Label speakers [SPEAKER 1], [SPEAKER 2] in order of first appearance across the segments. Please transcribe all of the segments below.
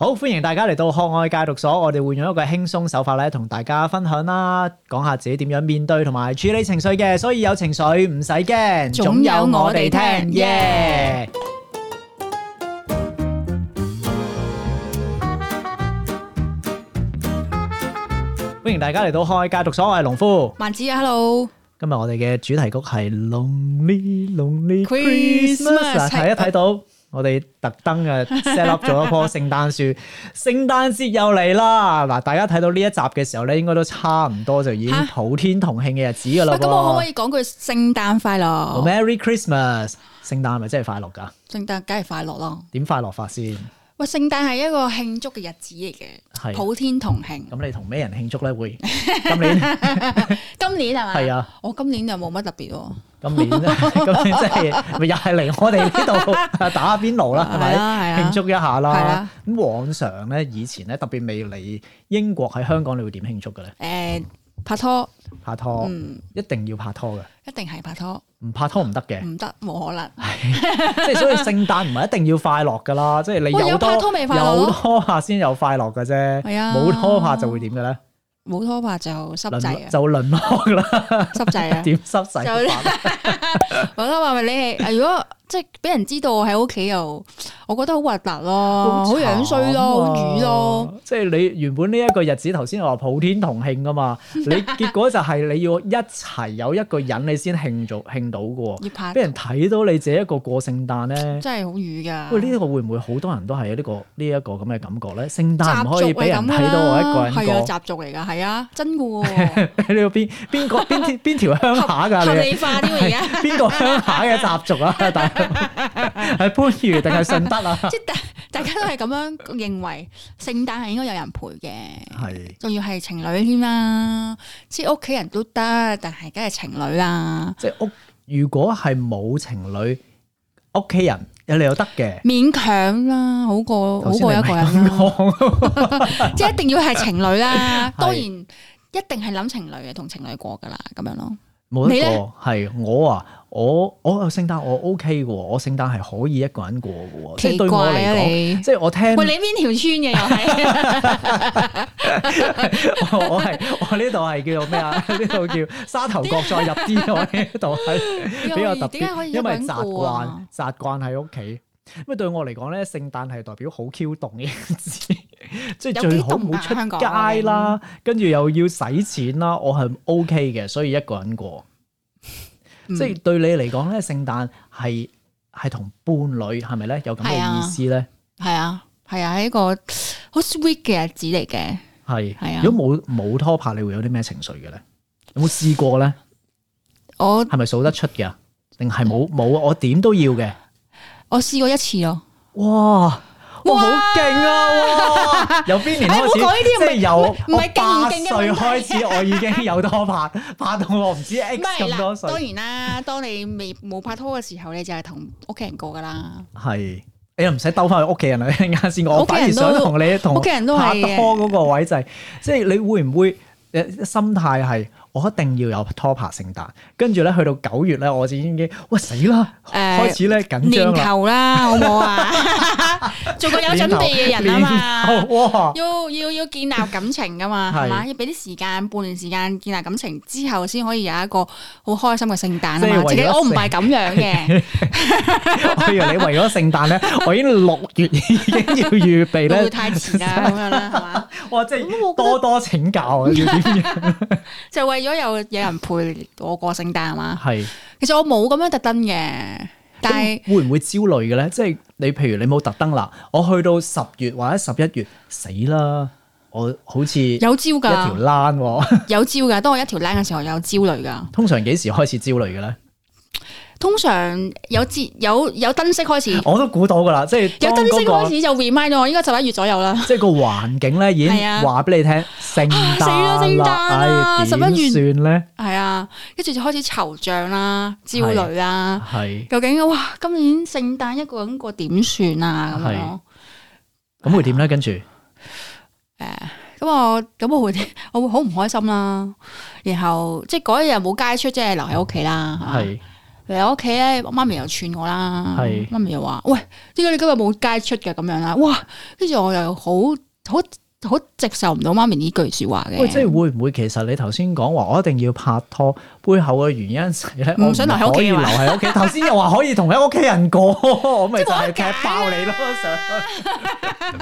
[SPEAKER 1] 好，歡迎大家嚟到學愛戒毒所，我哋會用一個輕鬆手法咧，同大家分享啦，講下自己點樣面對同埋處理情緒嘅，所以有情緒唔使驚，
[SPEAKER 2] 總有我哋聽
[SPEAKER 1] 耶！歡迎大家嚟到學愛戒毒所，我係農夫。
[SPEAKER 2] 萬子啊，hello，
[SPEAKER 1] 今日我哋嘅主題曲係 Lonely Lonely
[SPEAKER 2] Christmas，
[SPEAKER 1] Christmas 啊！睇一睇到我哋特登嘅 set up 咗一棵聖誕 樹，聖誕節又嚟啦！嗱，大家睇到呢一集嘅時候咧，應該都差唔多就已經
[SPEAKER 2] 嚇
[SPEAKER 1] 普天同慶嘅日子噶啦
[SPEAKER 2] 喂，咁我可唔可
[SPEAKER 1] 噃。哦
[SPEAKER 2] 以講句聖誕快樂？
[SPEAKER 1] Merry Christmas！聖誕係咪真係快樂㗎？
[SPEAKER 2] 聖誕梗係快樂啦！
[SPEAKER 1] 點快樂法先？
[SPEAKER 2] 喂，聖誕係一個慶祝嘅日子嚟
[SPEAKER 1] 係
[SPEAKER 2] 嘅，普天同慶。
[SPEAKER 1] 咁你同咩人慶祝咧？ 會今年
[SPEAKER 2] 今年係咪？
[SPEAKER 1] 係啊，
[SPEAKER 2] 我今年就冇乜特別喎。
[SPEAKER 1] 今年 今年即係咪又係嚟我哋呢 度打邊爐啦？係
[SPEAKER 2] 係
[SPEAKER 1] 咪？
[SPEAKER 2] 啊係啊
[SPEAKER 1] 慶祝一下
[SPEAKER 2] 係
[SPEAKER 1] 啦
[SPEAKER 2] 啊。
[SPEAKER 1] 咁往常咧，以前咧特別未嚟英國喺香港，你會點慶祝嘅咧？
[SPEAKER 2] 誒，拍拖，
[SPEAKER 1] 拍拖，
[SPEAKER 2] 嗯，
[SPEAKER 1] 一定要拍拖嘅，
[SPEAKER 2] 一定係拍拖，
[SPEAKER 1] 唔拍拖唔得嘅。
[SPEAKER 2] 唔得冇可能。
[SPEAKER 1] 即係所以聖誕唔係一定要快樂噶啦，即係你
[SPEAKER 2] 喂有
[SPEAKER 1] 多
[SPEAKER 2] 拍拖未快樂咯
[SPEAKER 1] 有拖拍先有快樂嘅啫。
[SPEAKER 2] 係啊
[SPEAKER 1] 冇拖拍就會點嘅咧？
[SPEAKER 2] 冇拖拍就濕滯
[SPEAKER 1] 淪
[SPEAKER 2] 啊，
[SPEAKER 1] 就淪落㗎啦，
[SPEAKER 2] 濕滯啊。
[SPEAKER 1] 點濕仔
[SPEAKER 2] 就
[SPEAKER 1] 法呢？
[SPEAKER 2] 我都話咪你係，如果即係俾人知道我喺屋企又，我覺得好核突咯，好
[SPEAKER 1] 啊
[SPEAKER 2] 樣衰咯，好瘀咯。。
[SPEAKER 1] 即係你原本呢一個日子，頭先我話普天同慶噶嘛，你結果就係你要一齊有一個人你先慶祝慶到嘅喎。
[SPEAKER 2] 要拍
[SPEAKER 1] 俾人睇到你自己一個過聖誕咧，
[SPEAKER 2] 真係好瘀噶。
[SPEAKER 1] 喂呢、個會唔會好多人都係有呢個呢一、個咁嘅感覺咧？聖誕唔可以俾人睇到我一個人
[SPEAKER 2] 係啊，
[SPEAKER 1] 過，
[SPEAKER 2] 習俗嚟㗎，係啊，真 㗎喎，
[SPEAKER 1] 你要邊邊個邊條邊條鄉下
[SPEAKER 2] 合
[SPEAKER 1] 㗎你？
[SPEAKER 2] 理化啲喎 而家，
[SPEAKER 1] 邊個鄉下嘅習俗啊？ 大佬係番禺定係順德啊？
[SPEAKER 2] 即係大大家都係咁樣認為，聖誕係應該有人陪嘅，
[SPEAKER 1] 係
[SPEAKER 2] 仲要 係情侶添啦，即係屋企人都得，但係梗係情侶啦，
[SPEAKER 1] 即係屋，如果係冇情侶，屋企人你又得嘅。
[SPEAKER 2] 勉強啦，好過好
[SPEAKER 1] 頭先
[SPEAKER 2] 過一
[SPEAKER 1] 你
[SPEAKER 2] 個
[SPEAKER 1] 咪
[SPEAKER 2] 人啊啦，
[SPEAKER 1] 咁 講
[SPEAKER 2] 即係一定要係情侶啦，
[SPEAKER 1] 係
[SPEAKER 2] 當然一定係諗情侶嘅，同情侶過㗎啦，咁樣咯，
[SPEAKER 1] 冇
[SPEAKER 2] 你
[SPEAKER 1] 得
[SPEAKER 2] 呢
[SPEAKER 1] 過，係我啊！我我聖誕我 OK 嘅喎，我聖誕係可以一個人過嘅喎，即係
[SPEAKER 2] 奇
[SPEAKER 1] 對我
[SPEAKER 2] 怪
[SPEAKER 1] 嚟
[SPEAKER 2] 啊
[SPEAKER 1] 講。
[SPEAKER 2] 你，
[SPEAKER 1] 即係我聽，
[SPEAKER 2] 喂你邊條村嘅又 係，
[SPEAKER 1] 我 我係我呢度係叫做咩 啊？呢度叫沙頭角再入啲，我呢度係比較特
[SPEAKER 2] 點解可
[SPEAKER 1] 別，
[SPEAKER 2] 以
[SPEAKER 1] 因為
[SPEAKER 2] 一
[SPEAKER 1] 習
[SPEAKER 2] 個人過
[SPEAKER 1] 慣
[SPEAKER 2] 啊
[SPEAKER 1] 習慣喺屋企。咁啊對我嚟講咧，聖誕係代表好 Q 凍嘅日子， 即係
[SPEAKER 2] 有
[SPEAKER 1] 最
[SPEAKER 2] 幾
[SPEAKER 1] 好
[SPEAKER 2] 凍
[SPEAKER 1] 唔
[SPEAKER 2] 啊
[SPEAKER 1] 好出
[SPEAKER 2] 香港
[SPEAKER 1] 街啦，跟住又要使錢啦，我係 OK 嘅，所以一個人過。
[SPEAKER 2] 嗯
[SPEAKER 1] 即係對你嚟講咧，聖誕係係同伴侶係咪咧？有咁
[SPEAKER 2] 係
[SPEAKER 1] 嘅
[SPEAKER 2] 啊
[SPEAKER 1] 意思咧？
[SPEAKER 2] 係啊，係啊，係一個好 sweet 嘅日子嚟嘅。
[SPEAKER 1] 係
[SPEAKER 2] 係啊
[SPEAKER 1] 如果冇冇拖拍，你會有啲咩情緒嘅咧？有冇試過咧？
[SPEAKER 2] 我
[SPEAKER 1] 係咪數得出嘅？定係冇冇？我點都要嘅。
[SPEAKER 2] 我試過一次咯，
[SPEAKER 1] 哇！哇，
[SPEAKER 2] 哇
[SPEAKER 1] 好勁 啊！哇由邊年開始？
[SPEAKER 2] 哎唔好講呢啲
[SPEAKER 1] 即係由
[SPEAKER 2] 唔係唔
[SPEAKER 1] 我
[SPEAKER 2] 係勁唔
[SPEAKER 1] 八
[SPEAKER 2] 勁嘅
[SPEAKER 1] 歲
[SPEAKER 2] 問題
[SPEAKER 1] 開始，我已經有拖 拍，拍到我唔知
[SPEAKER 2] 唔
[SPEAKER 1] X
[SPEAKER 2] 係
[SPEAKER 1] 咁多
[SPEAKER 2] 嗱，當
[SPEAKER 1] 歲。
[SPEAKER 2] 然啦， 當你未冇拍拖嘅時候，你就係同屋企人過噶啦。
[SPEAKER 1] 係，你又唔使兜翻去屋企 人啦。一陣間先講，我
[SPEAKER 2] 屋企
[SPEAKER 1] 反而
[SPEAKER 2] 人都
[SPEAKER 1] 想同你同
[SPEAKER 2] 屋企人都
[SPEAKER 1] 拍
[SPEAKER 2] 係嘅
[SPEAKER 1] 拖嗰個位就係，即係你會唔會誒心態係我一定要有拖拍聖誕，跟住咧去到九月咧，我就已經喂死啦，
[SPEAKER 2] 誒
[SPEAKER 1] 開始咧緊張
[SPEAKER 2] 年
[SPEAKER 1] 啦，
[SPEAKER 2] 頭啦，好唔好啊？做個有準備嘅人啊
[SPEAKER 1] 年
[SPEAKER 2] 嘛，
[SPEAKER 1] 頭哇！
[SPEAKER 2] 要要要建立感情噶嘛，
[SPEAKER 1] 係
[SPEAKER 2] 係嘛？要俾啲時間，半年時間建立感情之後，先可以有一個好開心嘅聖誕啊
[SPEAKER 1] 即係為
[SPEAKER 2] 嘛。
[SPEAKER 1] 咗
[SPEAKER 2] 自己我唔係咁 樣嘅，
[SPEAKER 1] 我以為你為咗聖誕 咧，我已經六月已經要預備
[SPEAKER 2] 會唔會
[SPEAKER 1] 咧，
[SPEAKER 2] 太遲啦咁樣啦，係嘛？
[SPEAKER 1] 哇！即
[SPEAKER 2] 咁
[SPEAKER 1] 係
[SPEAKER 2] 我覺得
[SPEAKER 1] 多多請教啊，要點樣？
[SPEAKER 2] 就為咗有有人陪我過聖誕啊嘛。
[SPEAKER 1] 係，
[SPEAKER 2] 其實我冇咁樣特登嘅，但係
[SPEAKER 1] 咁會唔會焦慮嘅咧？即係你譬如你冇特登啦，我去到十月或者十一月，死啦！我好似一
[SPEAKER 2] 有焦
[SPEAKER 1] 條
[SPEAKER 2] 噶，
[SPEAKER 1] 攣喎。
[SPEAKER 2] 有焦噶。當我一條僆嘅時候有焦慮噶。
[SPEAKER 1] 通常幾時開始焦慮嘅咧？
[SPEAKER 2] 通常有節有有燈飾開始，
[SPEAKER 1] 我都估到噶啦，即係
[SPEAKER 2] 有
[SPEAKER 1] 當
[SPEAKER 2] 燈飾
[SPEAKER 1] 哦嗰
[SPEAKER 2] 開
[SPEAKER 1] 個
[SPEAKER 2] 始就 remind 我，應該十一月左右啦。
[SPEAKER 1] 即係個環境咧已
[SPEAKER 2] 係
[SPEAKER 1] 經
[SPEAKER 2] 啊
[SPEAKER 1] 話俾你聽聖
[SPEAKER 2] 死
[SPEAKER 1] 誕
[SPEAKER 2] 啦聖誕
[SPEAKER 1] 啦，
[SPEAKER 2] 啦
[SPEAKER 1] 唉
[SPEAKER 2] 十一
[SPEAKER 1] 點
[SPEAKER 2] 月
[SPEAKER 1] 算咧？
[SPEAKER 2] 係啊，跟住就開始惆悵啦、焦慮啦。
[SPEAKER 1] 係
[SPEAKER 2] 究竟哇，今年聖誕一個人過點算啊？咁樣咯。
[SPEAKER 1] 咁會點咧？跟住
[SPEAKER 2] 咁我咁我會 我會好唔開心啦。然後即係嗰一日冇街出，即係留喺屋企啦。係嘛
[SPEAKER 1] 係
[SPEAKER 2] 譬如我屋企咧，媽咪又串我啦，
[SPEAKER 1] 係
[SPEAKER 2] 媽咪又話：喂，點解你今日冇街出嘅咁樣啦？哇！跟住我又好好好接受唔到媽咪呢句説話嘅。
[SPEAKER 1] 喂，即係會唔會其實你頭先講話我一定要拍拖，背後嘅原因係咧，
[SPEAKER 2] 唔
[SPEAKER 1] 我
[SPEAKER 2] 想留喺屋企
[SPEAKER 1] 可以留
[SPEAKER 2] 啊嘛
[SPEAKER 1] 喺屋企。頭先又話可以同喺屋企人過，我咪就係
[SPEAKER 2] 即
[SPEAKER 1] 踢
[SPEAKER 2] 係冇得
[SPEAKER 1] 爆你咯，想。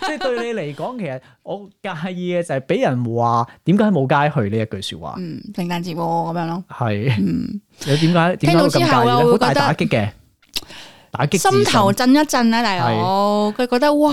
[SPEAKER 1] 即係對你嚟講，其實我介意嘅就係俾人話點解冇街去呢一句説話，
[SPEAKER 2] 嗯，聖誕節喎咁樣咯。
[SPEAKER 1] 係
[SPEAKER 2] 嗯，
[SPEAKER 1] 你點解點解會
[SPEAKER 2] 聽到
[SPEAKER 1] 咁介
[SPEAKER 2] 之
[SPEAKER 1] 意
[SPEAKER 2] 後
[SPEAKER 1] 咧？
[SPEAKER 2] 啊會
[SPEAKER 1] 好大
[SPEAKER 2] 覺得
[SPEAKER 1] 打擊嘅，打擊
[SPEAKER 2] 心
[SPEAKER 1] 自
[SPEAKER 2] 頭震一震啦，大佬，佢覺得哇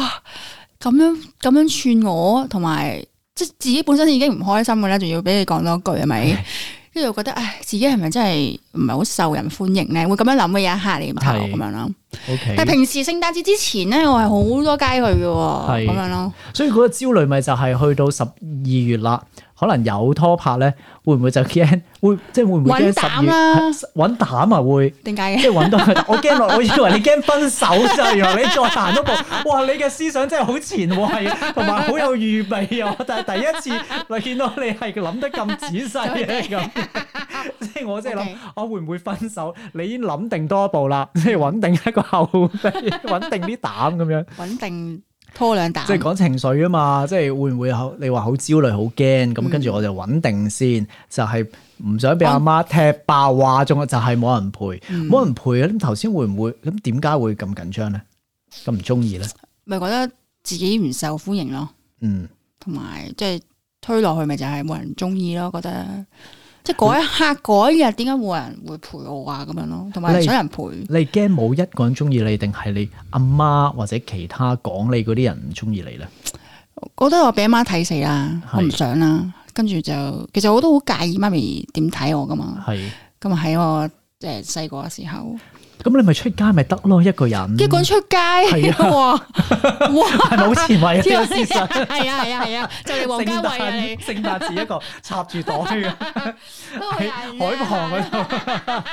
[SPEAKER 2] 咁樣咁樣串我，同埋即係自己本身已經唔開心嘅啦，仲要俾你講多句係咪？跟住又覺得唉，自己係咪真係唔係好受人歡迎咧？會咁樣諗嘅有一刻你唔睇我
[SPEAKER 1] 係
[SPEAKER 2] 咁樣啦。
[SPEAKER 1] O K。
[SPEAKER 2] 但係平時聖誕節之前咧，我係好多街去嘅
[SPEAKER 1] 係
[SPEAKER 2] 喎，咁樣咯。
[SPEAKER 1] 所以嗰個焦慮咪就係去到十二月啦，可能有拖拍咧，會唔會就驚？ 會即係會唔會驚
[SPEAKER 2] 搵
[SPEAKER 1] 十
[SPEAKER 2] 膽
[SPEAKER 1] 月
[SPEAKER 2] 啦
[SPEAKER 1] 係揾膽啊？會
[SPEAKER 2] 點解 嘅？
[SPEAKER 1] 即係揾到佢，我驚落，我以為你驚分手咋，原來你再行多步， 哇！你嘅思想真係好前衞，同埋好有預備啊！ 但係第一次你見到你係諗得咁仔細 嘅咁， 即係我即係諗
[SPEAKER 2] OK，
[SPEAKER 1] 我會唔會分手？你已經諗定多一步啦，即係揾定一個後備， 揾定啲膽咁樣。
[SPEAKER 2] 穩定拖兩啖
[SPEAKER 1] 即係。講情緒啊嘛，即係會唔會好？你話好焦慮、好驚咁，跟住我就穩定先，就係唔想俾阿媽踢爆話中，就係冇人陪，
[SPEAKER 2] 嗯
[SPEAKER 1] 冇人陪啊！咁頭先會唔會咁點解會咁緊張咧？咁唔中意咧？
[SPEAKER 2] 咪覺得自己唔受歡迎咯，
[SPEAKER 1] 嗯，
[SPEAKER 2] 同埋即係推落去咪就係冇人中意咯，覺得即係嗰一刻嗰一日點解冇人會陪我啊咁樣咯，同埋
[SPEAKER 1] 嗯你
[SPEAKER 2] 唔想人陪，
[SPEAKER 1] 你係驚冇一個人中意你，定係你阿媽或者其他講你嗰啲人唔中意你咧？
[SPEAKER 2] 覺得我俾阿媽睇死啦，
[SPEAKER 1] 係
[SPEAKER 2] 我唔想啦，跟住就其實我都好介意媽咪點睇我噶嘛，
[SPEAKER 1] 係，
[SPEAKER 2] 咁喺我即係細個嘅時候，
[SPEAKER 1] 咁你咪出街咪得咯，一個人，
[SPEAKER 2] 一個人出街，
[SPEAKER 1] 嗯係啊
[SPEAKER 2] 哇 哇，
[SPEAKER 1] 係咪好前衞啊？呢
[SPEAKER 2] 係啊
[SPEAKER 1] 個思想。
[SPEAKER 2] 係啊係啊，就嚟王家衛啊你，
[SPEAKER 1] 聖誕節一個插住袋 嘅
[SPEAKER 2] 都好
[SPEAKER 1] 喺
[SPEAKER 2] 人
[SPEAKER 1] 海
[SPEAKER 2] 嘅
[SPEAKER 1] 旁嗰度，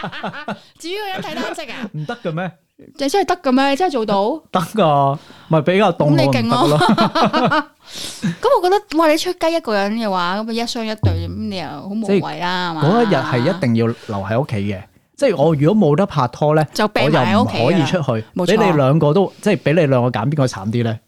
[SPEAKER 2] 至於個人睇得 即啊，
[SPEAKER 1] 唔得嘅咩？
[SPEAKER 2] 你真係得嘅咩？你真係做到？
[SPEAKER 1] 得噶，咪比較凍
[SPEAKER 2] 咁你
[SPEAKER 1] 我唔得
[SPEAKER 2] 勁咯
[SPEAKER 1] 咯。
[SPEAKER 2] 咁我覺得哇，你出街一個人嘅話，咁一雙一對，咁你又好無謂啦，係嘛？
[SPEAKER 1] 嗰一日係一定要留喺屋企嘅，即係我如果冇得拍拖咧，
[SPEAKER 2] 就
[SPEAKER 1] 我
[SPEAKER 2] 避嗯埋
[SPEAKER 1] 又唔
[SPEAKER 2] 喺屋企啊
[SPEAKER 1] 可以出去。
[SPEAKER 2] 冇錯
[SPEAKER 1] 俾你兩個都即係俾你兩個揀邊個慘啲咧？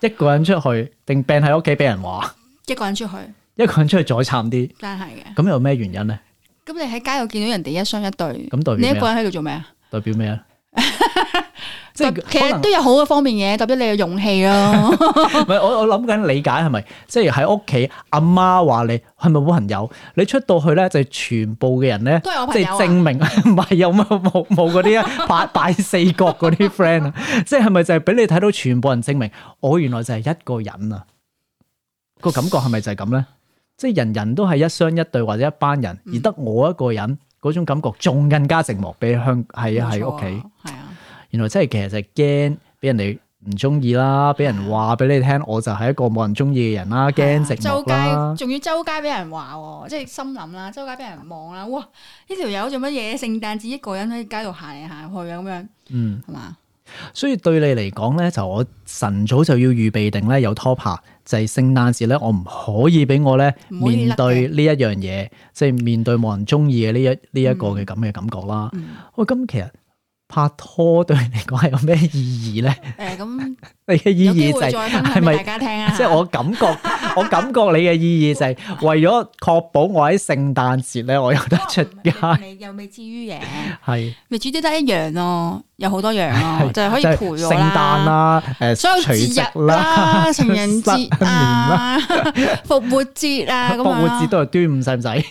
[SPEAKER 1] 一個人出去定病喺屋企俾人話，
[SPEAKER 2] 一個人出去，
[SPEAKER 1] 一個人出去再慘啲，
[SPEAKER 2] 真係嘅。
[SPEAKER 1] 咁有咩原因咧？
[SPEAKER 2] 咁你喺街度見到人哋一雙一對，
[SPEAKER 1] 咁代表
[SPEAKER 2] 你
[SPEAKER 1] 咩
[SPEAKER 2] 一
[SPEAKER 1] 啊
[SPEAKER 2] 個？人喺度做咩啊？
[SPEAKER 1] 代表咩啊？ 即
[SPEAKER 2] 代
[SPEAKER 1] 係
[SPEAKER 2] 其
[SPEAKER 1] 可能
[SPEAKER 2] 實都有好嘅方面嘅，代表你嘅勇氣咯。
[SPEAKER 1] 唔係我我諗緊理解係咪？即係喺屋企阿媽話你係咪冇朋友？你出到去咧就係全部嘅人咧，
[SPEAKER 2] 都係我朋
[SPEAKER 1] 即
[SPEAKER 2] 友
[SPEAKER 1] 係
[SPEAKER 2] 啊
[SPEAKER 1] 證 明唔係有冇冇冇嗰 啲啊擺擺四角嗰啲 friend 啊？即係係咪就係俾你睇到全部人證明我原來就係一個人啊？個感覺係咪就係咁咧？即係人人都係一雙一對或者一班人，
[SPEAKER 2] Ừ.
[SPEAKER 1] 而得我一個人嗰種感覺仲更加寂寞。比香喺喺屋企。
[SPEAKER 2] 係啊，
[SPEAKER 1] 原來真係其實就係驚俾人哋唔中意啦，俾人話俾你聽，我就係一個冇人中意嘅人啦，驚寂
[SPEAKER 2] 啊周
[SPEAKER 1] 寞啦
[SPEAKER 2] 街，仲要周街俾人話喎，即係心諗啦，周街俾人望啦。哇！呢條友做乜嘢？聖誕節一個人喺街度行嚟行去啊，咁樣
[SPEAKER 1] 嗯，
[SPEAKER 2] 係嘛？
[SPEAKER 1] 所以對你嚟講咧，就我晨早就要預備定咧有拖拍，就係聖誕節咧，我唔可以俾我咧
[SPEAKER 2] 唔可以
[SPEAKER 1] 面
[SPEAKER 2] 甩嘅
[SPEAKER 1] 對呢一樣嘢，即係面對冇人中意嘅呢一呢一個嘅咁嘅感覺啦。
[SPEAKER 2] 嗯
[SPEAKER 1] 喂，咁其實拍拖對你嚟講係有咩意義咧？
[SPEAKER 2] 誒，咁
[SPEAKER 1] 你嘅意
[SPEAKER 2] 有
[SPEAKER 1] 義
[SPEAKER 2] 機
[SPEAKER 1] 就
[SPEAKER 2] 會
[SPEAKER 1] 係
[SPEAKER 2] 再分
[SPEAKER 1] 係
[SPEAKER 2] 享
[SPEAKER 1] 咪
[SPEAKER 2] 俾大家聽啊。
[SPEAKER 1] 即係我感覺， 我感覺你嘅意義就係為咗確保我喺聖誕節咧，我有得出 街，
[SPEAKER 2] 你你又哦未至於嘅，
[SPEAKER 1] 係
[SPEAKER 2] 未至於得一樣咯，有好多樣咯，就係可以
[SPEAKER 1] 就 係
[SPEAKER 2] 陪我
[SPEAKER 1] 聖誕
[SPEAKER 2] 啦。
[SPEAKER 1] 啦，
[SPEAKER 2] 所
[SPEAKER 1] 誒
[SPEAKER 2] 有
[SPEAKER 1] 除夕
[SPEAKER 2] 節日
[SPEAKER 1] 啦，
[SPEAKER 2] 啦、 情人節
[SPEAKER 1] 新年啦
[SPEAKER 2] 啊、 復活節啊咁
[SPEAKER 1] 復
[SPEAKER 2] 樣
[SPEAKER 1] 活節
[SPEAKER 2] 咯，
[SPEAKER 1] 都係端午，使唔使？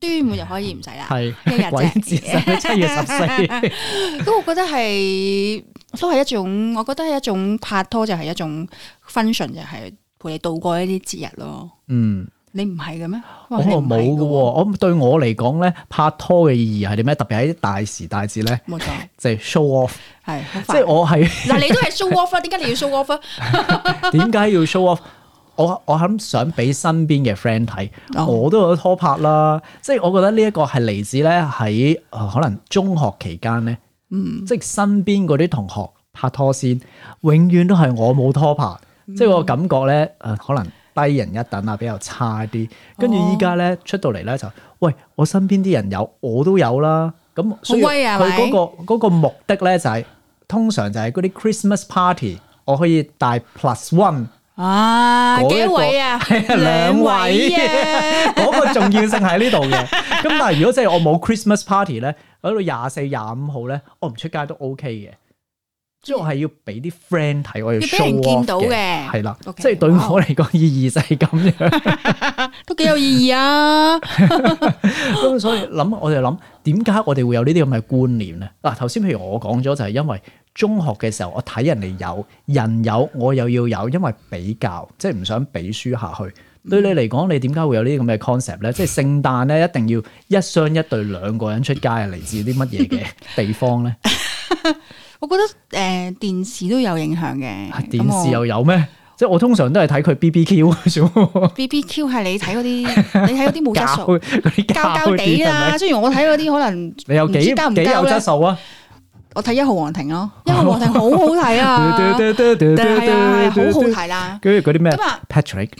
[SPEAKER 2] 端午就可以唔使啦。
[SPEAKER 1] 係
[SPEAKER 2] 啊一日啫
[SPEAKER 1] 鬼節，七月十 四，
[SPEAKER 2] 咁我覺得係都係一種，我覺得係一種拍拖就係一種 function，就係陪你度過一啲節日咯。
[SPEAKER 1] 嗯。
[SPEAKER 2] 你唔係嘅咩？哇
[SPEAKER 1] 哦我
[SPEAKER 2] 你唔
[SPEAKER 1] 冇
[SPEAKER 2] 係
[SPEAKER 1] 嘅喎，
[SPEAKER 2] 嘅
[SPEAKER 1] 我對我嚟講咧，拍拖嘅意義係啲咩？特別喺大時大節咧，
[SPEAKER 2] 喎，冇錯，
[SPEAKER 1] 就係 show off，
[SPEAKER 2] 係好煩
[SPEAKER 1] 即係我係
[SPEAKER 2] 嗱，你都係 show off 啦，點解你要 show off 啊？
[SPEAKER 1] 點解要 show off？我我諗想俾身邊嘅 friend 睇，
[SPEAKER 2] 哦
[SPEAKER 1] 我都有得拖拍啦。即係我覺得呢一個係嚟自咧喺呃可能中學期間咧，即係身邊嗰啲同學拍拖先，永遠都係我冇拖拍，
[SPEAKER 2] 嗯
[SPEAKER 1] 即係我感覺咧誒、呃可能低人一等啊，比較
[SPEAKER 2] 哦
[SPEAKER 1] 差啲。跟住依家咧出到嚟咧就，喂，我身邊啲人有，我都有啦。咁所以
[SPEAKER 2] 好威啊
[SPEAKER 1] 佢
[SPEAKER 2] 係咪
[SPEAKER 1] 嗰個嗰個目的咧就係、通常就係嗰啲 Christmas party，我可以帶 plus one
[SPEAKER 2] 啊，
[SPEAKER 1] 嗰一個
[SPEAKER 2] 幾多位啊？
[SPEAKER 1] 係啊兩位
[SPEAKER 2] 啊！
[SPEAKER 1] 嗰個重要性喺呢度嘅。咁但係如果真係我冇 Christmas party 咧，我喺度廿四廿五號咧，我唔出街都 OK 嘅。即係我係要俾啲 friend 睇，我要
[SPEAKER 2] 要俾
[SPEAKER 1] show
[SPEAKER 2] 人
[SPEAKER 1] off
[SPEAKER 2] 見到嘅
[SPEAKER 1] 係啦，
[SPEAKER 2] OK，
[SPEAKER 1] 即係對
[SPEAKER 2] 哇
[SPEAKER 1] 我嚟講意義就係咁樣。
[SPEAKER 2] 都幾有意義啊！
[SPEAKER 1] 咁所以諗，我哋諗點解我哋會有呢啲咁嘅觀念咧？嗱，頭先譬如我講咗就係因為中學嘅時候，我睇人哋有，人有我又要有，因為比較，即係唔想比輸下去。對你嚟講，你點解會有呢啲咁嘅 concept 咧？即係聖誕咧，一定要一雙一對兩個人出街，係嚟自啲乜嘢嘅地方 咧？
[SPEAKER 2] 我覺得诶、呃、电視都有影響嘅。
[SPEAKER 1] 啊電視又有咩？即係我通常都係睇佢 BBQ 啫喎，
[SPEAKER 2] B B Q 係你 睇嗰啲，你睇嗰啲冇質
[SPEAKER 1] 膠
[SPEAKER 2] 素，
[SPEAKER 1] 嗰 啲
[SPEAKER 2] 膠
[SPEAKER 1] 膠
[SPEAKER 2] 膠地
[SPEAKER 1] 啲係咪
[SPEAKER 2] 啦。？雖然我睇嗰啲可能
[SPEAKER 1] 你有幾
[SPEAKER 2] 唔知交唔
[SPEAKER 1] 幾
[SPEAKER 2] 交
[SPEAKER 1] 有
[SPEAKER 2] 呢
[SPEAKER 1] 質素啊？
[SPEAKER 2] 我睇一號皇庭咯，一號皇庭好好睇 啊，但係啊好好睇啦。
[SPEAKER 1] 跟住嗰啲咩
[SPEAKER 2] 咁啊
[SPEAKER 1] Patrick，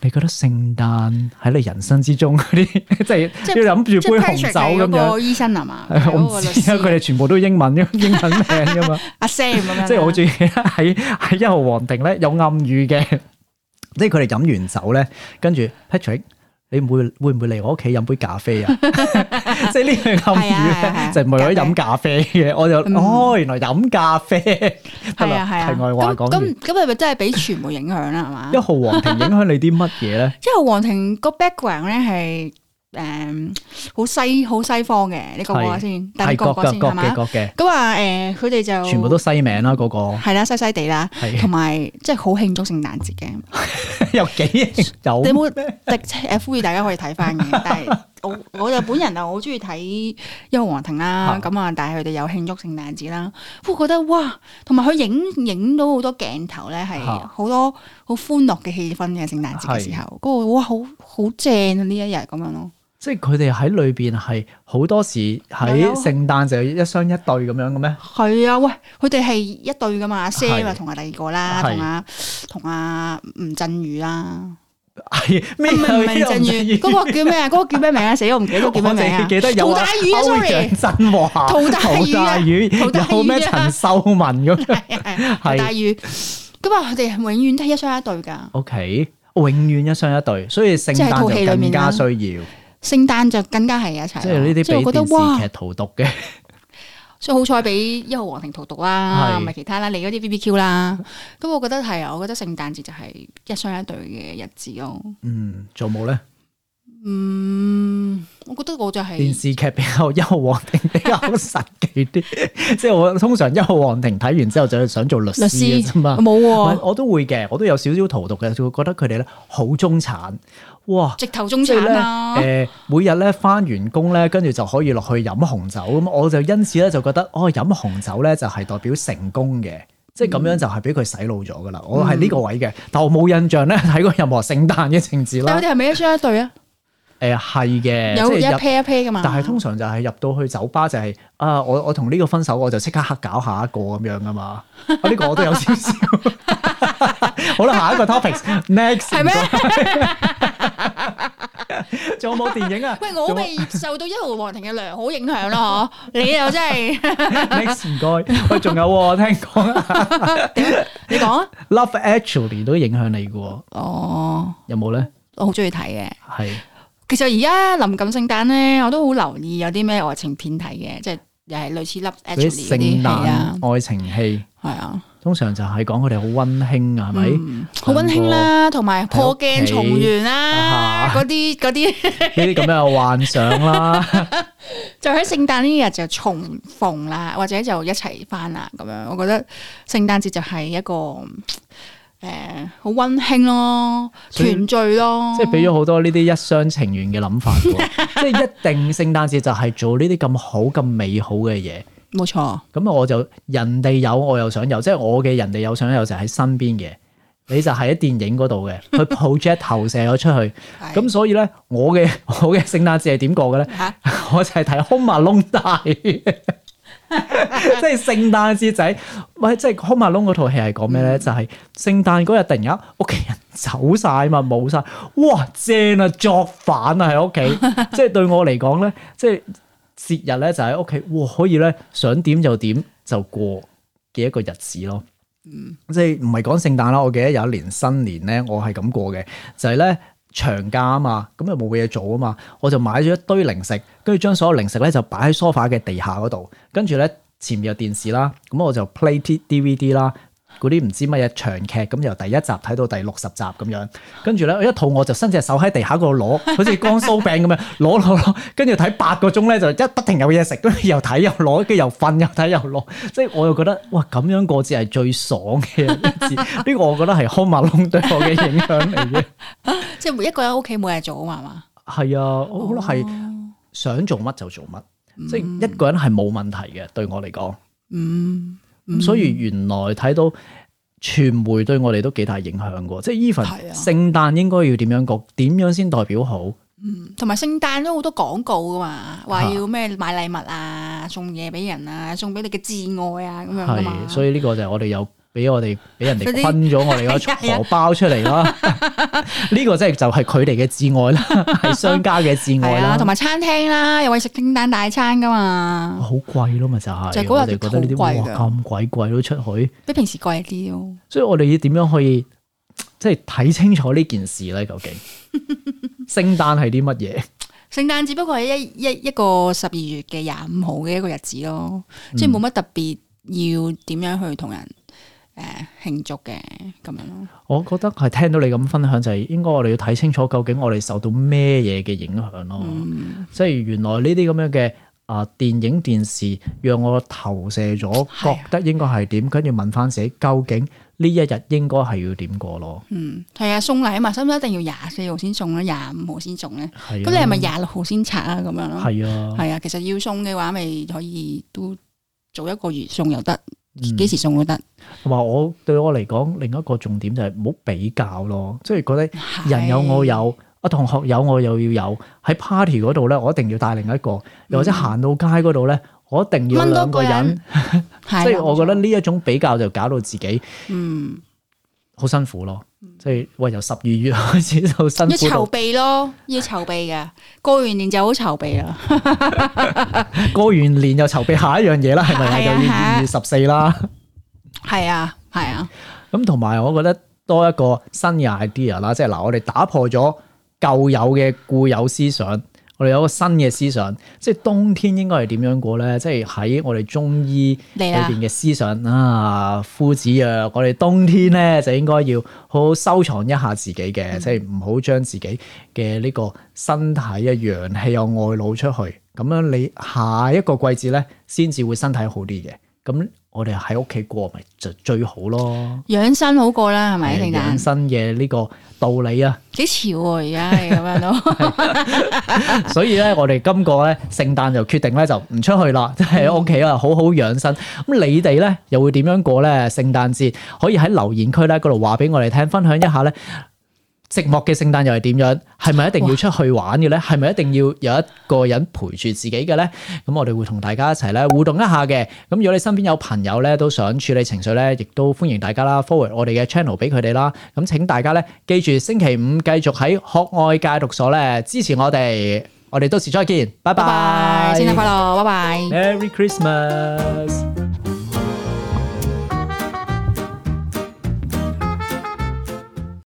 [SPEAKER 1] 你覺得聖誕喺你人生之 中嗰啲，即係
[SPEAKER 2] 即係
[SPEAKER 1] 要諗住
[SPEAKER 2] 即係
[SPEAKER 1] 杯紅
[SPEAKER 2] Patrick 係
[SPEAKER 1] 酒咁
[SPEAKER 2] 嗰
[SPEAKER 1] 樣。
[SPEAKER 2] 個醫生係嘛？
[SPEAKER 1] 係 我唔
[SPEAKER 2] 嗰個
[SPEAKER 1] 知
[SPEAKER 2] 律
[SPEAKER 1] 啊，
[SPEAKER 2] 師
[SPEAKER 1] 佢哋全部都英文嘅英文名噶嘛，
[SPEAKER 2] 阿 Sam 咁 樣，
[SPEAKER 1] 即係我最記得喺喺一號皇庭咧有暗語 嘅，即係佢哋飲完酒咧，跟住 Patrick，你會會唔會嚟我屋企飲杯咖啡 啊？ 即係呢樣暗
[SPEAKER 2] 係啊係啊係
[SPEAKER 1] 語咧
[SPEAKER 2] 啊
[SPEAKER 1] 就唔係為咗飲咖啡嘅，我就
[SPEAKER 2] 嗯
[SPEAKER 1] 哦原來飲咖 啡，得
[SPEAKER 2] 係啊
[SPEAKER 1] 啦
[SPEAKER 2] 係啊。
[SPEAKER 1] 題外話
[SPEAKER 2] 咁
[SPEAKER 1] 講完
[SPEAKER 2] 咁。咁係咪真係俾傳媒影響啦？係嘛
[SPEAKER 1] 一？號皇庭影響你啲乜嘢咧？
[SPEAKER 2] 一號皇庭個 background 咧係誒好西好西方嘅，你覺唔覺
[SPEAKER 1] 係
[SPEAKER 2] 得先？ 但
[SPEAKER 1] 係
[SPEAKER 2] 你覺
[SPEAKER 1] 各
[SPEAKER 2] 唔覺
[SPEAKER 1] 嘅
[SPEAKER 2] 得先
[SPEAKER 1] 各
[SPEAKER 2] 係
[SPEAKER 1] 嘅
[SPEAKER 2] 嘛？
[SPEAKER 1] 各嘅，
[SPEAKER 2] 咁啊誒，佢哋就
[SPEAKER 1] 全部都西名啦，嗰 個
[SPEAKER 2] 係啦，西西地啦，
[SPEAKER 1] 係
[SPEAKER 2] 同埋即係好慶祝聖誕節嘅。
[SPEAKER 1] 有幾有
[SPEAKER 2] 你有冇即誒呼籲大家可以睇翻嘅？但係我我就本人啊，我好中意睇《幽王庭》啦，
[SPEAKER 1] 嚇
[SPEAKER 2] 咁啊，但係佢哋有慶祝聖誕節啦，我覺得哇，同埋佢影影到好多鏡頭咧，係
[SPEAKER 1] 嚇
[SPEAKER 2] 好多好歡樂嘅氣氛嘅聖誕節嘅時候，嗰個哇好好正啊呢一日咁樣咯。
[SPEAKER 1] 即係佢哋喺裏邊係好多時喺聖誕就一雙一對咁樣嘅咩？
[SPEAKER 2] 係啊，喂，佢哋係一對噶嘛，阿 Sam 啊
[SPEAKER 1] 係
[SPEAKER 2] 同埋第二個啦，
[SPEAKER 1] 係
[SPEAKER 2] 同阿同阿吳鎮宇啦，
[SPEAKER 1] 係咩？
[SPEAKER 2] 啊
[SPEAKER 1] 啊
[SPEAKER 2] 唔係吳鎮宇，嗰個叫咩啊？嗰個叫咩名啊？死我唔記得
[SPEAKER 1] 我
[SPEAKER 2] 叫咩名啊
[SPEAKER 1] 淨係！記得有
[SPEAKER 2] 陶
[SPEAKER 1] 啊
[SPEAKER 2] 大宇啊
[SPEAKER 1] 歐
[SPEAKER 2] ，sorry
[SPEAKER 1] 陽振華、
[SPEAKER 2] 陶大宇啊
[SPEAKER 1] 宇
[SPEAKER 2] 陶大宇啊
[SPEAKER 1] 有咩陳秀文咁樣
[SPEAKER 2] 係啊係啊大宇。咁啊，佢哋永遠都係一雙一對噶。
[SPEAKER 1] ？OK，永遠一雙一對，所以聖
[SPEAKER 2] 即係
[SPEAKER 1] 誕
[SPEAKER 2] 套戲
[SPEAKER 1] 就
[SPEAKER 2] 裏面
[SPEAKER 1] 更加
[SPEAKER 2] 啦
[SPEAKER 1] 需要，即
[SPEAKER 2] 聖誕就更加係一齊啦。
[SPEAKER 1] 係呢啲
[SPEAKER 2] 即係
[SPEAKER 1] 俾
[SPEAKER 2] 我覺得
[SPEAKER 1] 電視
[SPEAKER 2] 哇，
[SPEAKER 1] 劇荼毒嘅，
[SPEAKER 2] 所以好彩俾一號皇庭荼毒啦，
[SPEAKER 1] 係
[SPEAKER 2] 唔係其他啦，你嗰啲 B B Q 啦。咁我覺得係啊，我覺得聖誕節就係一雙一對嘅日子咯。
[SPEAKER 1] 嗯，做冇咧？
[SPEAKER 2] 嗯，我覺得我就
[SPEAKER 1] 電
[SPEAKER 2] 係
[SPEAKER 1] 視劇比較《一號皇庭》比較實際啲， 即係我通常《一號皇庭》睇完之後就係想做律
[SPEAKER 2] 律
[SPEAKER 1] 師嘅
[SPEAKER 2] 師嗯
[SPEAKER 1] 啫嘛。
[SPEAKER 2] 冇
[SPEAKER 1] 喂
[SPEAKER 2] 喎，
[SPEAKER 1] 我都會嘅，我都有少少荼毒嘅，就會覺得佢哋咧好中產，哇！
[SPEAKER 2] 直頭中
[SPEAKER 1] 即係
[SPEAKER 2] 產啊
[SPEAKER 1] 咧，誒、
[SPEAKER 2] 啦。
[SPEAKER 1] 啊每日咧翻完工咧，跟住就可以落去飲紅酒咁，我就因此咧就覺得，哦，飲紅酒咧就係代表成功嘅，即係咁樣就係俾佢洗腦咗噶啦。我係呢個位嘅，但我冇印象咧睇過任何聖誕嘅情節
[SPEAKER 2] 但
[SPEAKER 1] 啦
[SPEAKER 2] 佢。哋係咪一雙一對啊？
[SPEAKER 1] 誒係嘅，
[SPEAKER 2] 有
[SPEAKER 1] 即
[SPEAKER 2] 一
[SPEAKER 1] 係入
[SPEAKER 2] pair 一 pair 噶嘛？
[SPEAKER 1] 但係通常就係入到去酒吧就係、啊，我我同呢個分手我就即刻黑搞下一個咁樣噶嘛。啊呢、個我都有少 少。好啦，下一個 topics，next
[SPEAKER 2] 係咩？
[SPEAKER 1] 仲有冇電影啊？
[SPEAKER 2] 喂，我未受到一號皇庭嘅良好影響啦，嗬！你又 真係，
[SPEAKER 1] next 唔該。喂，仲有喎，我聽講 《
[SPEAKER 2] 你講啊！
[SPEAKER 1] Love Actually》都影響你嘅喎，
[SPEAKER 2] 哦。
[SPEAKER 1] 有冇咧？
[SPEAKER 2] 我好中意睇嘅。
[SPEAKER 1] 係
[SPEAKER 2] 其實而家臨近聖誕咧，我都好留意有啲咩愛情片睇嘅，即係又係類似 Love
[SPEAKER 1] 嗰
[SPEAKER 2] Actually
[SPEAKER 1] 啲聖
[SPEAKER 2] 嗰啲戲啊，
[SPEAKER 1] 誕愛情戲，
[SPEAKER 2] 係啊，
[SPEAKER 1] 通常就係講佢哋好温馨啊，係咪？
[SPEAKER 2] 嗯好温馨啦，同埋破鏡重圓啦，
[SPEAKER 1] 喺
[SPEAKER 2] 嗰啲嗰啲
[SPEAKER 1] 呢啲咁樣嘅幻想啦，
[SPEAKER 2] 就喺聖誕呢日就重逢啦，或者就一齊翻啦咁樣。我覺得聖誕節就係一個誒好温馨咯，
[SPEAKER 1] 所以
[SPEAKER 2] 團聚咯，
[SPEAKER 1] 即係俾咗好多呢啲一廂情願嘅諗法喎。 即係一定聖誕節就係做呢啲咁好、咁美好嘅嘢。
[SPEAKER 2] 冇錯，
[SPEAKER 1] 咁啊我就人哋有我又想有，即係我嘅人哋有想有就喺身邊嘅，你就係喺電影嗰度嘅，佢 project 投射咗出去。
[SPEAKER 2] 係
[SPEAKER 1] 咁所以咧，我嘅 我嘅聖誕節係點過嘅咧？
[SPEAKER 2] 嚇
[SPEAKER 1] 我就係睇《空馬窿大》，即係聖誕節仔。喂，即係《空馬窿》嗰套戲係講咩咧？就係聖誕嗰日突然間屋企人走晒嘛，冇晒。哇，正啊，作反啊喺屋企。即係對我嚟講咧，即係節日咧就喺屋企，哇可以咧想點就點就過嘅一個日子咯。即係唔係講聖誕啦？我記得有一年新年咧，我係咁過嘅，就係、咧長假啊嘛，咁又冇嘢做啊嘛，我就買咗一堆零食，跟住將所有零食咧就擺喺梳化嘅地下嗰度，跟住咧前面有電視啦，咁我就 play T DVD 啦。嗰啲唔知乜嘢長劇，咁由第一集睇到第六十集咁樣，跟住咧我一肚我就伸隻手喺地下嗰度攞，好 似光酥餅咁樣攞攞攞，跟住睇八個鐘咧就一不停有嘢食，跟住又睇又攞，跟住又瞓又睇又攞，即係我又覺得哇咁樣過節係最爽嘅日子， 呢個我覺得係康馬窿對我嘅影響嚟嘅。
[SPEAKER 2] 即係每一個人喺屋企冇嘢做啊嘛係嘛，
[SPEAKER 1] 係啊，我覺得係
[SPEAKER 2] 哦
[SPEAKER 1] 想做乜就做乜，即係一個人係冇問題嘅，對我嚟講。
[SPEAKER 2] 嗯，
[SPEAKER 1] 咁所以原來睇到傳媒對我哋都幾大影響嘅，即係 even
[SPEAKER 2] 係啊
[SPEAKER 1] 聖誕應該要點樣過，點樣先代表好？
[SPEAKER 2] 同埋聖誕都好多廣告噶嘛，話
[SPEAKER 1] 嚇
[SPEAKER 2] 要咩買禮物啊，送嘢俾人啊，送俾你嘅摯愛啊咁樣噶嘛。
[SPEAKER 1] 係，所以呢個就係我哋有俾我哋俾人
[SPEAKER 2] 嗰
[SPEAKER 1] 哋
[SPEAKER 2] 啲
[SPEAKER 1] 昆咗 我哋
[SPEAKER 2] 係啊係
[SPEAKER 1] 個
[SPEAKER 2] 啊
[SPEAKER 1] 荷包出嚟 啦。呢個真係就係佢哋嘅摯愛啦， 係商家嘅摯
[SPEAKER 2] 係
[SPEAKER 1] 愛
[SPEAKER 2] 啊，
[SPEAKER 1] 啦，
[SPEAKER 2] 同埋餐廳啦，又為食聖誕大餐噶嘛，
[SPEAKER 1] 好貴咯，咪就係
[SPEAKER 2] 就係嗰日
[SPEAKER 1] 我哋覺得呢啲哇
[SPEAKER 2] 好貴㗎
[SPEAKER 1] 咁鬼貴都出去，
[SPEAKER 2] 比平時貴啲咯。
[SPEAKER 1] 所以我哋要點樣可以即係睇清楚呢件事咧？ 究竟聖誕係啲乜嘢？
[SPEAKER 2] 聖誕只不過係一一一個十二月嘅廿五號嘅一個日子咯，
[SPEAKER 1] 嗯
[SPEAKER 2] 即係冇乜特別要點樣去同人誒慶祝嘅咁樣咯。
[SPEAKER 1] 我覺得係聽到你咁分享，就係、應該我哋要睇清楚究竟我哋受到咩嘢嘅影響咯。
[SPEAKER 2] 嗯
[SPEAKER 1] 即係原來呢啲咁樣嘅啊電影電視，讓我投射咗，
[SPEAKER 2] 係啊
[SPEAKER 1] 覺得應該係點，跟住問翻自己究竟呢一日應該係要點過咯。
[SPEAKER 2] 嗯，係啊，送禮啊嘛，使唔使一定要廿四號先送咧？廿五號先送咧？
[SPEAKER 1] 係
[SPEAKER 2] 咁
[SPEAKER 1] 啊
[SPEAKER 2] 你係咪廿六號先拆啊？咁樣咯，
[SPEAKER 1] 係啊？
[SPEAKER 2] 係啊，其實要送嘅話，咪可以都早一個月送又得，
[SPEAKER 1] 嗯
[SPEAKER 2] 幾時送都得。
[SPEAKER 1] 同埋我對我嚟講，另一個重點就係唔好比較咯，即係覺得人有我有，啊同學有我又要有，喺 party 嗰度咧，我一定要帶另一個，又或者行到街嗰度咧，我一定要
[SPEAKER 2] 嗯掹多
[SPEAKER 1] 兩個
[SPEAKER 2] 個人
[SPEAKER 1] 人。
[SPEAKER 2] 係啊，
[SPEAKER 1] 即係我覺得呢一種比較就搞到自己
[SPEAKER 2] 嗯，
[SPEAKER 1] 好辛苦咯。即係喂，由十二月 開始就辛
[SPEAKER 2] 要
[SPEAKER 1] 苦
[SPEAKER 2] 嗯籌
[SPEAKER 1] 到
[SPEAKER 2] 備咯，要籌備嘅，過完年就好籌備啦。
[SPEAKER 1] 過完年又籌備下一樣嘢啦，係咪啊？
[SPEAKER 2] 係啊
[SPEAKER 1] 又要
[SPEAKER 2] 係啊
[SPEAKER 1] 二月十四啦。
[SPEAKER 2] 係啊，係啊，
[SPEAKER 1] 咁同埋我覺得多一個新嘅 idea 啦，即係嗱，我哋打破咗舊有嘅固有思想。我哋有個新嘅思想，即係冬天應該係點樣過咧？即係喺我哋中醫
[SPEAKER 2] 嚟
[SPEAKER 1] 裏
[SPEAKER 2] 啦
[SPEAKER 1] 邊嘅思想啊，夫子曰：我哋冬天咧就應該要好好收藏一下自己嘅，即係唔好將自己嘅呢個身體嘅陽氣又啊外露出去。咁樣你下一個季節咧，先至會身體好啲嘅。咁我哋喺屋企過咪就最好咯。
[SPEAKER 2] 養生好過啦，係啊咪？
[SPEAKER 1] 係
[SPEAKER 2] 定
[SPEAKER 1] 養
[SPEAKER 2] 眼
[SPEAKER 1] 生嘅呢個道理啊！
[SPEAKER 2] 幾潮喎，而家係咁樣 咯。
[SPEAKER 1] 所以咧，我哋今個咧聖誕就決定咧就唔出去啦， 即係喺屋企啊，好好養生。咁你哋咧又會點樣過咧？聖誕節可以喺留言區咧嗰度話俾我哋聽，分享一下咧。寂寞嘅聖誕又係點樣？係咪一定要出去玩嘅咧？係咪一定要有一個人陪住自己嘅咧？咁我哋會同大家一齊咧互動一下嘅。咁如果你身邊有朋友咧都想處理情緒咧，亦都歡迎大家啦 forward 我哋嘅 channel 俾佢哋啦。咁請大家咧記住星期五繼續喺學愛戒毒所咧支持我哋。我哋到時再見，拜
[SPEAKER 2] 拜拜，
[SPEAKER 1] 拜。
[SPEAKER 2] 聖誕快樂，拜拜。
[SPEAKER 1] Merry Christmas。